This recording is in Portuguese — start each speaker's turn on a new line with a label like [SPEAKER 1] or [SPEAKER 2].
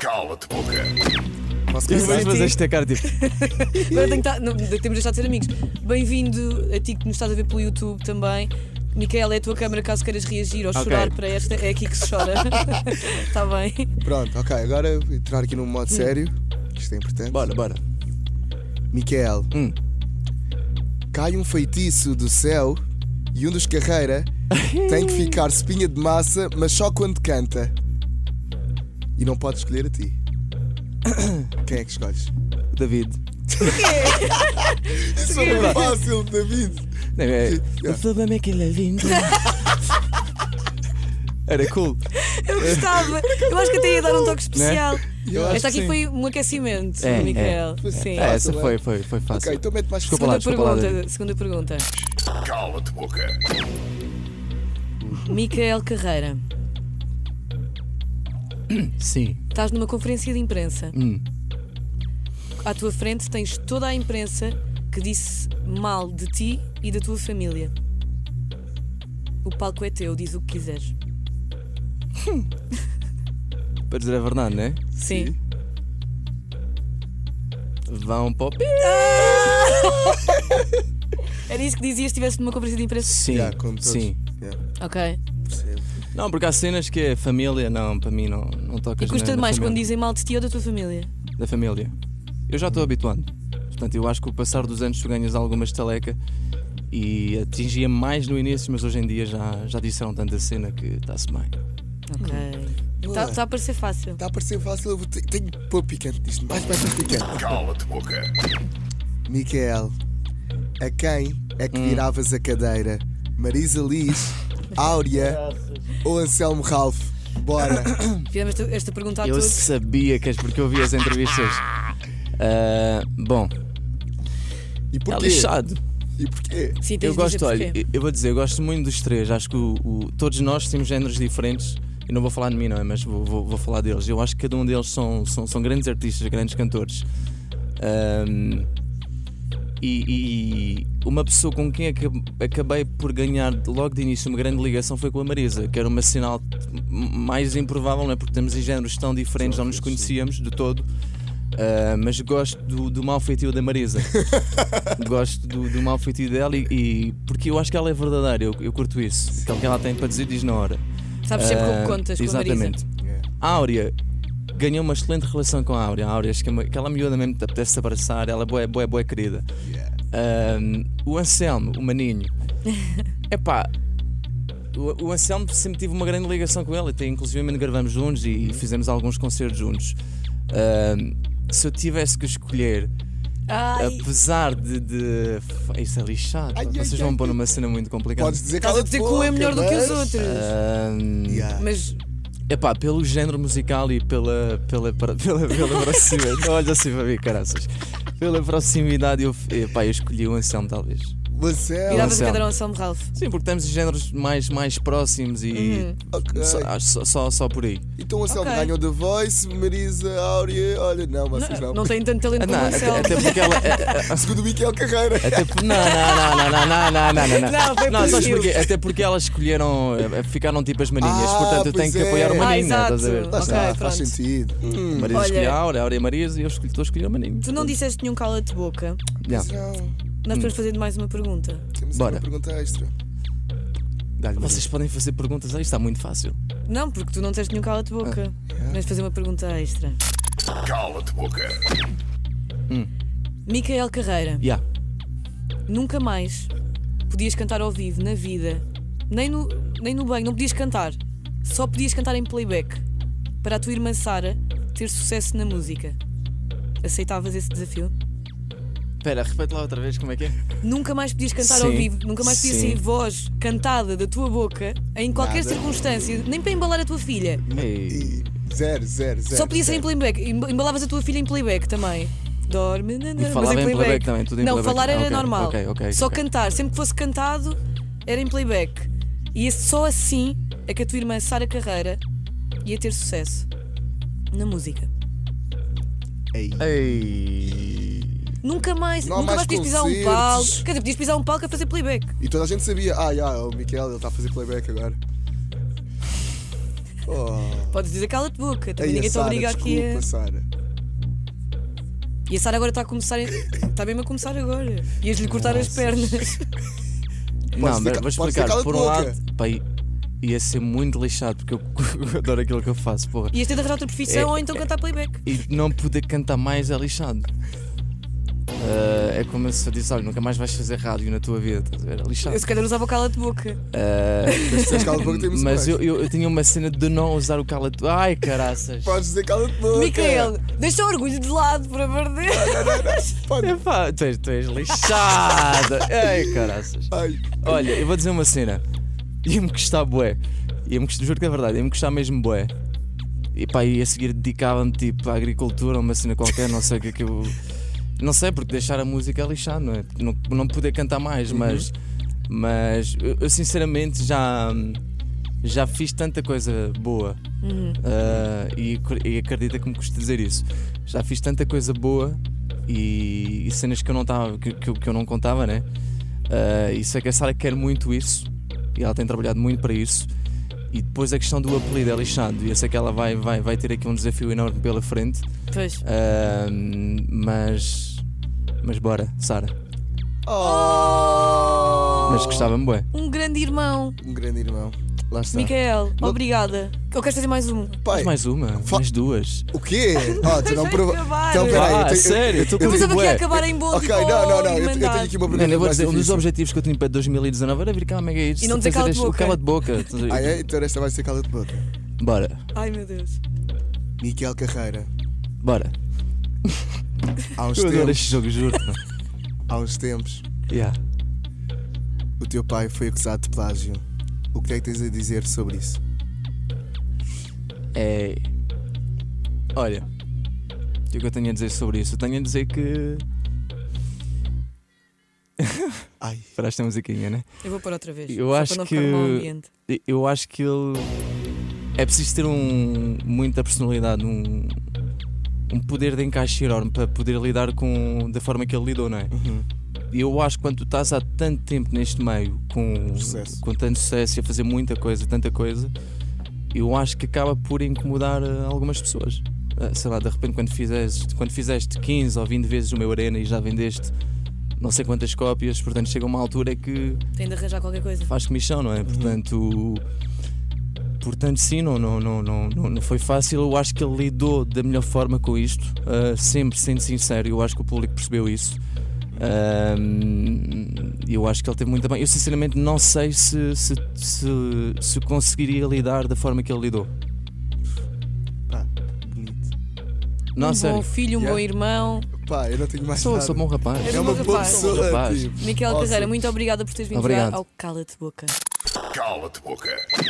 [SPEAKER 1] Cala-te, boca.
[SPEAKER 2] Posso
[SPEAKER 3] E vais fazer
[SPEAKER 2] começar?
[SPEAKER 3] esta cara tipo.
[SPEAKER 4] Agora tenho que estar- não, temos de deixar de ser amigos. Bem-vindo a ti que nos estás a ver pelo YouTube também. Micaela, é a tua câmara caso queiras reagir ou
[SPEAKER 3] Ok.
[SPEAKER 4] chorar para esta. É aqui que se chora. Está bem.
[SPEAKER 2] Pronto, ok, agora vou entrar aqui num modo sério. Isto é importante.
[SPEAKER 3] Bora, bora.
[SPEAKER 2] Miquel.
[SPEAKER 3] Hum.
[SPEAKER 2] Cai um feitiço do céu e um dos carreira tem que ficar espinha de massa, mas só quando canta. E não pode escolher a ti. Quem é que escolhes?
[SPEAKER 3] David.
[SPEAKER 2] Isso é bem fácil, David.
[SPEAKER 3] Não, é-
[SPEAKER 2] Yeah.
[SPEAKER 3] O problema é que ele é lindo. Era cool.
[SPEAKER 4] Eu gostava. Eu acho que até ia dar um toque especial.
[SPEAKER 3] né? Eu acho
[SPEAKER 4] Esta
[SPEAKER 3] que
[SPEAKER 4] aqui
[SPEAKER 3] sim.
[SPEAKER 4] foi um aquecimento,
[SPEAKER 3] É,
[SPEAKER 4] Micael.
[SPEAKER 2] é.
[SPEAKER 4] Sim.
[SPEAKER 3] É, essa
[SPEAKER 2] Fácil,
[SPEAKER 3] foi,
[SPEAKER 2] é?
[SPEAKER 3] foi, foi fácil.
[SPEAKER 2] Ok, então mete mais
[SPEAKER 3] Desculpa
[SPEAKER 4] Segunda
[SPEAKER 3] lá, desculpa lá.
[SPEAKER 4] pergunta,
[SPEAKER 3] David.
[SPEAKER 4] segunda pergunta.
[SPEAKER 1] Cala-te, boca.
[SPEAKER 4] Micael Carreira,
[SPEAKER 3] Sim.
[SPEAKER 4] estás numa conferência de imprensa.
[SPEAKER 3] Hum.
[SPEAKER 4] À tua frente tens toda a imprensa que disse mal de ti e da tua família. O palco é teu, diz o que quiseres.
[SPEAKER 3] Para dizer a verdade, né?
[SPEAKER 4] Sim.
[SPEAKER 3] Vão para o pi.
[SPEAKER 4] Era isso que dizias se estivesse numa conferência de imprensa?
[SPEAKER 3] Sim.
[SPEAKER 2] Yeah, como todos.
[SPEAKER 3] sim.
[SPEAKER 2] Yeah,
[SPEAKER 4] Ok.
[SPEAKER 2] percebo.
[SPEAKER 3] Não, porque há cenas que é família, não, para mim não, não tocas
[SPEAKER 4] E
[SPEAKER 3] na-
[SPEAKER 4] custa
[SPEAKER 3] na
[SPEAKER 4] mais quando
[SPEAKER 3] família.
[SPEAKER 4] dizem mal de ti ou da tua família?
[SPEAKER 3] da família. Eu já estou habituando. Portanto, eu acho que o passar dos anos tu ganhas alguma estaleca e atingia mais no início, mas hoje em dia já, já disseram tanta cena que está-se bem.
[SPEAKER 4] Ok. Está
[SPEAKER 2] Boa.
[SPEAKER 4] a parecer fácil.
[SPEAKER 2] Está a parecer fácil, eu vou ter, tenho que pôr picante disto. Mais, mais, mais picante.
[SPEAKER 1] Cala-te, boca.
[SPEAKER 2] Miquel, a quem é que
[SPEAKER 4] Hum.
[SPEAKER 2] viravas a cadeira? Marisa Liz, Áurea ou Anselmo Ralph? Bora.
[SPEAKER 4] Fizemos esta, esta pergunta a
[SPEAKER 3] Hum. Eu
[SPEAKER 4] todos.
[SPEAKER 3] sabia que és porque eu vi as entrevistas. Ah, bom,
[SPEAKER 2] E
[SPEAKER 4] Tá
[SPEAKER 3] é
[SPEAKER 2] porquê?
[SPEAKER 3] lixado.
[SPEAKER 2] E porquê?
[SPEAKER 4] Sim, tens
[SPEAKER 3] Eu
[SPEAKER 4] de
[SPEAKER 3] gosto,
[SPEAKER 4] dizer
[SPEAKER 3] olha,
[SPEAKER 4] porquê.
[SPEAKER 3] eu- eu vou dizer, eu gosto muito dos três. Acho que o- o- todos nós temos géneros diferentes. E não vou falar de mim, não é? Mas vou, vou- vou falar deles. Eu acho que cada um deles são, são, são grandes artistas, grandes cantores. Ahm, e, e- e uma pessoa com quem acab- acabei por ganhar de- logo de início uma grande ligação foi com a Marisa, que era uma sinal mais improvável, não é? Porque temos em géneros tão diferentes, não nos conhecíamos de todo. Ah, mas gosto do, do mau feitio da Marisa. gosto do, do mau feitio dela e, e- porque eu acho que ela é verdadeira, eu, eu curto isso. Aquilo que ela tem para dizer diz na hora.
[SPEAKER 4] Sabes sempre
[SPEAKER 3] Ah,
[SPEAKER 4] como contas com a Marisa.
[SPEAKER 3] Exatamente. A Áurea ganhou uma excelente relação com a Áurea. A Áurea, acho que é uma- aquela miúda mesmo que te apetece abraçar, ela é boa, boa, boa querida.
[SPEAKER 2] Yeah.
[SPEAKER 3] Ahm, o Anselmo, o maninho. Epá, o, o Anselmo sempre tive uma grande ligação com ele, até inclusive gravamos juntos e, fizemos alguns concertos juntos. Ahm, se eu tivesse que escolher,
[SPEAKER 4] Ai,
[SPEAKER 3] apesar de. de- F- Isso é lixado.
[SPEAKER 2] Ai, ai,
[SPEAKER 3] Vocês
[SPEAKER 2] ai.
[SPEAKER 3] vão me pôr numa cena muito complicada.
[SPEAKER 2] Podes dizer que
[SPEAKER 4] estás
[SPEAKER 2] ela
[SPEAKER 4] a dizer que o é melhor do que os outros.
[SPEAKER 3] Ahm,
[SPEAKER 2] Yeah.
[SPEAKER 4] Mas
[SPEAKER 3] Epá, pelo género musical e pela, pela, pela, pela, pela proximidade. Olha assim para mim, caraças. Pela proximidade, eu, epá, eu escolhi o Anselmo, talvez.
[SPEAKER 2] O Anselmo.
[SPEAKER 4] viravas a
[SPEAKER 3] É Anselmo.
[SPEAKER 4] cadeira ao Anselmo Ralph.
[SPEAKER 3] Sim, porque estamos em géneros mais, mais próximos e.
[SPEAKER 2] Ok.
[SPEAKER 3] Só, acho só, só, só por aí.
[SPEAKER 2] Então o Anselmo
[SPEAKER 4] Ok.
[SPEAKER 2] ganhou The Voice, Marisa, Áurea. Olha, não, vocês não.
[SPEAKER 4] Não, não tem tanto talento
[SPEAKER 3] Ah,
[SPEAKER 4] como o
[SPEAKER 3] não, até,
[SPEAKER 4] Anselmo.
[SPEAKER 3] até porque ela. é- é-
[SPEAKER 2] Segundo o Miquel Carreira.
[SPEAKER 4] É-
[SPEAKER 3] até por- É tipo, não, não, não, não, não, não, não, não, não.
[SPEAKER 4] Não, foi por
[SPEAKER 3] sabes
[SPEAKER 4] Gil.
[SPEAKER 3] porquê? Até porque elas escolheram. eh, Ficaram tipo as maninhas,
[SPEAKER 2] Ah,
[SPEAKER 3] portanto eu tenho
[SPEAKER 2] pois
[SPEAKER 3] que apoiar
[SPEAKER 2] é.
[SPEAKER 3] o
[SPEAKER 4] Ah,
[SPEAKER 3] maninho,
[SPEAKER 4] exato.
[SPEAKER 3] estás a ver?
[SPEAKER 2] Lá
[SPEAKER 4] Ok,
[SPEAKER 2] está, faz
[SPEAKER 4] pronto.
[SPEAKER 2] sentido. Hum,
[SPEAKER 3] Marisa
[SPEAKER 4] Olha.
[SPEAKER 3] escolheu a Áurea, a Áurea e a Marisa e eu escolhi- estou a escolher o maninho.
[SPEAKER 4] Tu não disseste nenhum cala de boca.
[SPEAKER 3] Yeah.
[SPEAKER 2] Não,
[SPEAKER 4] Nós
[SPEAKER 3] Hum.
[SPEAKER 4] estamos fazendo mais uma pergunta.
[SPEAKER 2] temos
[SPEAKER 3] Bora.
[SPEAKER 2] uma pergunta extra.
[SPEAKER 3] Vocês podem fazer perguntas aí, está muito fácil.
[SPEAKER 4] Não, porque tu não disseste nenhum cala de boca.
[SPEAKER 3] Ah,
[SPEAKER 4] Vamos fazer uma pergunta extra.
[SPEAKER 1] Cala-te, boca.
[SPEAKER 4] Micael Carreira,
[SPEAKER 3] Yeah.
[SPEAKER 4] nunca mais podias cantar ao vivo na vida, nem no, nem no banho, não podias cantar. Só podias cantar em playback para a tua irmã Sara ter sucesso na música. Aceitavas esse desafio?
[SPEAKER 3] Espera, repete lá outra vez como é que é.
[SPEAKER 4] Nunca mais podias cantar
[SPEAKER 3] Sim.
[SPEAKER 4] ao vivo, nunca mais podias
[SPEAKER 3] Sim.
[SPEAKER 4] sair voz cantada da tua boca em qualquer
[SPEAKER 2] Nada.
[SPEAKER 4] circunstância, nem para embalar a tua filha.
[SPEAKER 2] E zero, zero, zero.
[SPEAKER 4] Só podia ser em
[SPEAKER 2] zero.
[SPEAKER 4] playback. Em- Embalavas a tua filha em playback também. Dorme, não, não,
[SPEAKER 3] falava
[SPEAKER 4] mas
[SPEAKER 3] em playback também, tudo em
[SPEAKER 4] não,
[SPEAKER 3] playback.
[SPEAKER 4] falar
[SPEAKER 3] Ah,
[SPEAKER 4] era
[SPEAKER 3] ok,
[SPEAKER 4] normal.
[SPEAKER 3] ok, ok,
[SPEAKER 4] só
[SPEAKER 3] ok.
[SPEAKER 4] cantar, sempre que fosse cantado, era em playback. E esse- só assim é que a tua irmã Sara Carreira ia ter sucesso na música.
[SPEAKER 2] Ei.
[SPEAKER 3] Ei.
[SPEAKER 4] Nunca mais,
[SPEAKER 2] Não há mais
[SPEAKER 4] nunca mais podias pisar um
[SPEAKER 2] concertos.
[SPEAKER 4] palco. Quer dizer, podias pisar um palco a fazer playback.
[SPEAKER 2] tá E toda a gente sabia, ah, já, o Miquel, ele está a fazer playback agora. Oh,
[SPEAKER 4] Podes dizer cala-te boca, também
[SPEAKER 2] aí a
[SPEAKER 4] ninguém te
[SPEAKER 2] Sara,
[SPEAKER 4] obriga
[SPEAKER 2] desculpa,
[SPEAKER 4] aqui a.
[SPEAKER 2] Sara.
[SPEAKER 4] E a Sara agora está a começar. a- Está mesmo a começar agora. Ias-lhe cortar as pernas.
[SPEAKER 3] Não,
[SPEAKER 2] dizer ca-
[SPEAKER 3] mas
[SPEAKER 2] podes
[SPEAKER 3] vou
[SPEAKER 2] dizer
[SPEAKER 3] explicar.
[SPEAKER 2] cala-te
[SPEAKER 3] Por um
[SPEAKER 2] boca.
[SPEAKER 3] lado, pá, ia ser muito lixado porque eu adoro aquilo que eu faço, porra.
[SPEAKER 4] Ias ter de arranjar outra profissão
[SPEAKER 3] É-
[SPEAKER 4] ou então cantar playback.
[SPEAKER 3] E não poder cantar mais é lixado. Ah, é como se eu disse, olha, nunca mais vais fazer rádio na tua vida, estás a ver? É lixado.
[SPEAKER 2] Tá.
[SPEAKER 4] Eu se calhar usava o cala de boca.
[SPEAKER 3] Ah,
[SPEAKER 2] tens cala de boca, tem muito
[SPEAKER 3] mas eu,
[SPEAKER 2] mais.
[SPEAKER 3] eu, eu tinha uma cena de não usar o cala de Ai, caraças.
[SPEAKER 2] Podes dizer cala-te boca.
[SPEAKER 4] Micael, deixa o orgulho de lado, por amor de Deus.
[SPEAKER 2] Pode.
[SPEAKER 3] Epá, tu és, tu és lixada. Ai, caraças.
[SPEAKER 2] Ai,
[SPEAKER 3] Olha, eu vou dizer uma cena. Ia-me gostar bué. Ia-me gostar, juro que é verdade, ia-me gostar mesmo bué. E pá, e a seguir dedicava-me tipo à agricultura, uma cena qualquer, não sei o que é que eu. Não sei, porque deixar a música é lixado, não é? Não, não poder cantar mais, mas. Mas eu, eu, sinceramente já. Já fiz tanta coisa boa.
[SPEAKER 2] Uhum,
[SPEAKER 3] Ah, e, acre- e acredita que me custa dizer isso. Já fiz tanta coisa boa e, e cenas que eu não tava, que, que eu- que eu não contava, né? Ah, e sei que a Sara quer muito isso e ela tem trabalhado muito para isso. E depois a questão do apelido é lixado. E eu sei que ela vai, vai, vai ter aqui um desafio enorme pela frente.
[SPEAKER 4] Pois.
[SPEAKER 3] Ah, mas. Mas bora, Sara.
[SPEAKER 4] Oh!
[SPEAKER 3] Mas gostava-me, bué.
[SPEAKER 4] Um grande irmão.
[SPEAKER 2] um grande irmão. Tá.
[SPEAKER 3] Lá está.
[SPEAKER 4] Micael, obrigada. Eu quero fazer mais um.
[SPEAKER 2] Pai,
[SPEAKER 3] Faz mais uma,
[SPEAKER 2] Fa-
[SPEAKER 3] mais duas.
[SPEAKER 2] o quê? Oh, tu não
[SPEAKER 4] Vai
[SPEAKER 2] prova.
[SPEAKER 4] acabar.
[SPEAKER 2] Então, peraí. eu
[SPEAKER 3] Ah,
[SPEAKER 2] tenho- eu-
[SPEAKER 3] sério?
[SPEAKER 2] eu-
[SPEAKER 3] Tu
[SPEAKER 2] eu
[SPEAKER 3] começas-
[SPEAKER 2] tenho-
[SPEAKER 4] Estava aqui
[SPEAKER 3] Ué.
[SPEAKER 4] a acabar em bolo.
[SPEAKER 2] Ok,
[SPEAKER 4] tipo,
[SPEAKER 2] não, não, não.
[SPEAKER 4] oh,
[SPEAKER 2] Eu, eu tenho
[SPEAKER 4] Irmandade.
[SPEAKER 2] aqui uma
[SPEAKER 3] Mano,
[SPEAKER 2] pergunta.
[SPEAKER 3] eu vou
[SPEAKER 2] mais
[SPEAKER 3] dizer, um dos
[SPEAKER 2] difícil.
[SPEAKER 3] objetivos que eu tenho para 2019 era vir cá a Mega Hits.
[SPEAKER 4] E não dizer
[SPEAKER 3] fazer
[SPEAKER 4] cala-te
[SPEAKER 3] este-
[SPEAKER 4] boca.
[SPEAKER 3] é O cala de boca.
[SPEAKER 2] Ai,
[SPEAKER 3] é?
[SPEAKER 2] ai, então esta vai ser cala de boca.
[SPEAKER 3] Bora,
[SPEAKER 4] Ai meu Deus.
[SPEAKER 2] Miquel Carreira.
[SPEAKER 3] bora.
[SPEAKER 2] Há uns
[SPEAKER 3] Eu adoro
[SPEAKER 2] tempos,
[SPEAKER 3] este jogo, juro.
[SPEAKER 2] há uns tempos,
[SPEAKER 3] yeah.
[SPEAKER 2] o teu pai foi acusado de plágio. O que é que tens a dizer sobre isso?
[SPEAKER 3] É. Olha. e O que eu tenho a dizer sobre isso? Eu tenho a dizer que.
[SPEAKER 2] Ai,
[SPEAKER 3] Para esta musiquinha, né?
[SPEAKER 4] Eu vou pôr outra vez.
[SPEAKER 3] Eu
[SPEAKER 4] só
[SPEAKER 3] acho
[SPEAKER 4] para não
[SPEAKER 3] que-
[SPEAKER 4] ficar mau ambiente.
[SPEAKER 3] Eu acho que ele. É preciso ter um, muita personalidade, um, um poder de encaixe enorme para poder lidar com da forma que ele lidou, não é? E eu acho que quando tu estás há tanto tempo neste meio, com,
[SPEAKER 2] Sucesso.
[SPEAKER 3] com tanto sucesso e a fazer muita coisa, tanta coisa, eu acho que acaba por incomodar eh, algumas pessoas. Eh, Sei lá, de repente quando fizeste, quando fizeste 15 ou 20 vezes o meu arena e já vendeste não sei quantas cópias, portanto chega uma altura que
[SPEAKER 4] Tem de arranjar qualquer coisa.
[SPEAKER 3] faz comissão, não é? Portanto, portanto sim, não, não, não, não, não não foi fácil. Eu acho que ele lidou da melhor forma com isto, ah, sempre sendo sincero. Eu acho que o público percebeu isso. Ah, eu acho que ele teve muito bem. Eu sinceramente não sei se, se, se, se conseguiria lidar da forma que ele lidou.
[SPEAKER 2] pá, bonito.
[SPEAKER 3] Não,
[SPEAKER 4] um bom
[SPEAKER 3] sério.
[SPEAKER 4] filho, um
[SPEAKER 2] Yeah.
[SPEAKER 4] bom irmão.
[SPEAKER 2] Pá, eu não tenho mais
[SPEAKER 3] Sou,
[SPEAKER 2] nada.
[SPEAKER 3] sou bom rapaz.
[SPEAKER 4] És
[SPEAKER 2] É uma
[SPEAKER 4] bom
[SPEAKER 2] boa
[SPEAKER 4] rapaz.
[SPEAKER 2] pessoa,
[SPEAKER 3] Rapaz.
[SPEAKER 2] tipo.
[SPEAKER 4] Micael
[SPEAKER 2] Awesome.
[SPEAKER 4] Carreira, muito obrigada por teres vindo
[SPEAKER 3] Obrigado.
[SPEAKER 4] jogar ao Cala-te Boca.
[SPEAKER 1] Cala-te boca.